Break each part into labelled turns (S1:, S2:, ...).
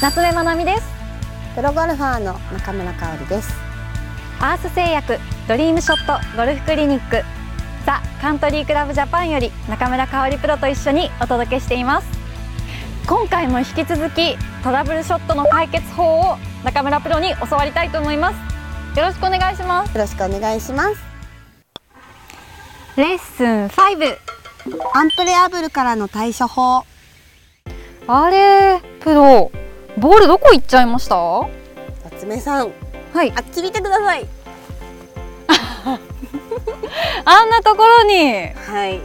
S1: 夏目まなみです
S2: プロゴルファーの中村香織です
S1: アース製薬ドリームショットゴルフクリニックザ・カントリークラブジャパンより中村香織プロと一緒にお届けしています今回も引き続きトラブルショットの解決法を中村プロに教わりたいと思いますよろしくお願いします
S2: よろしくお願いします
S1: レッスン5
S2: アンプレアブルからの対処法
S1: あれプロボールどこ行っちゃいましたは
S2: 夏目さん
S1: い
S2: あっち見てください
S1: あんなところにえ
S2: はい
S1: ー、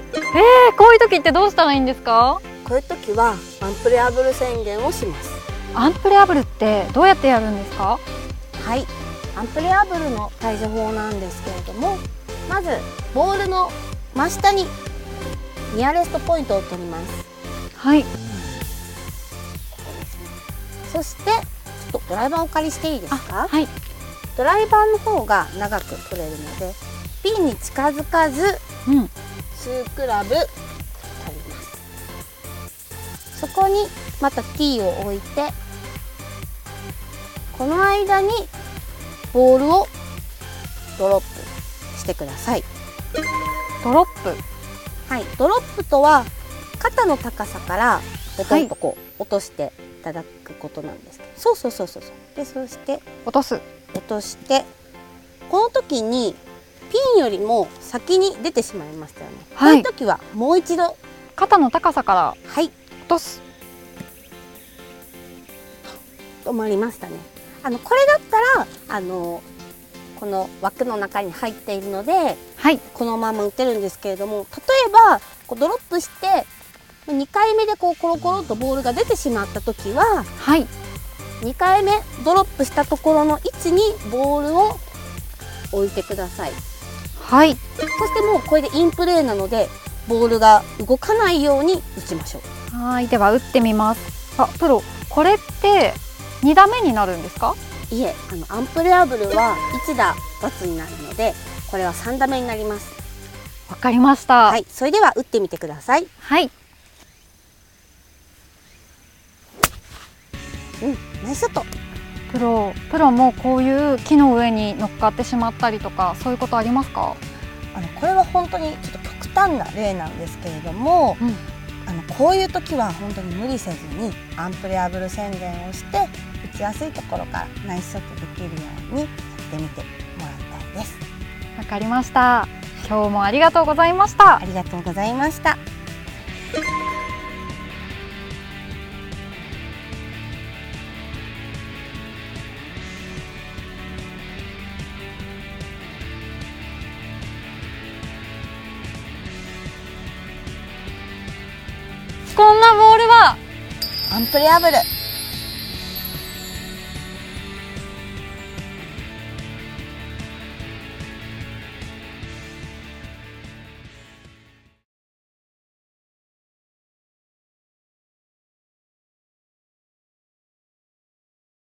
S1: こういう時ってどうしたらいいんですか
S2: こういう時はアンプレアブル宣言をします
S1: アンプレアブルってどうやってやるんですか
S2: はいアンプレアブルの対処法なんですけれどもまずボールの真下にニアレストポイントを取ります
S1: はい
S2: そしてちょっとドライバーお借りしていいですか
S1: はい
S2: ドライバーの方が長く取れるのでピンに近づかず
S1: うん
S2: 2クラブ取りますそこにまたティーを置いてこの間にボールをドロップしてください
S1: ドロップ
S2: はいドロップとは肩の高さからボトンとこう落としていただくことなんですけど、そうそうそうそうそうでそして
S1: 落とす
S2: 落としてこの時にピンよりも先に出てしまいましたよね、
S1: はい
S2: この時はもう一度
S1: 肩の高さから
S2: はい
S1: 落とす
S2: 止まりましたねあのこれだったらあのこの枠の中に入っているので
S1: はい
S2: このまま打てるんですけれども例えばこうドロップして2回目でこうコロコロとボールが出てしまった時は
S1: はい
S2: 2回目ドロップしたところの位置にボールを置いてください
S1: はい
S2: そしてもうこれでインプレーなのでボールが動かないように打ちましょう
S1: はいでは打ってみますあプロこれって2打目になるんですか
S2: いえあのアンプレアブルは1打×になるのでこれは3打目になります
S1: わかりました
S2: はいそれでは打ってみてください
S1: はい
S2: うんナイスショット
S1: プロプロもこういう木の上に乗っかってしまったりとかそういうことありますか
S2: あのこれは本当にちょっと極端な例なんですけれども、
S1: うん
S2: あのこういう時は本当に無理せずにアンプレアブル宣言をして打ちやすいところからナイスショットできるようにやってみてもらいたいです
S1: わかりました今日もありがとうございました
S2: ありがとうございました
S1: こんなボールは
S2: アンプレアブル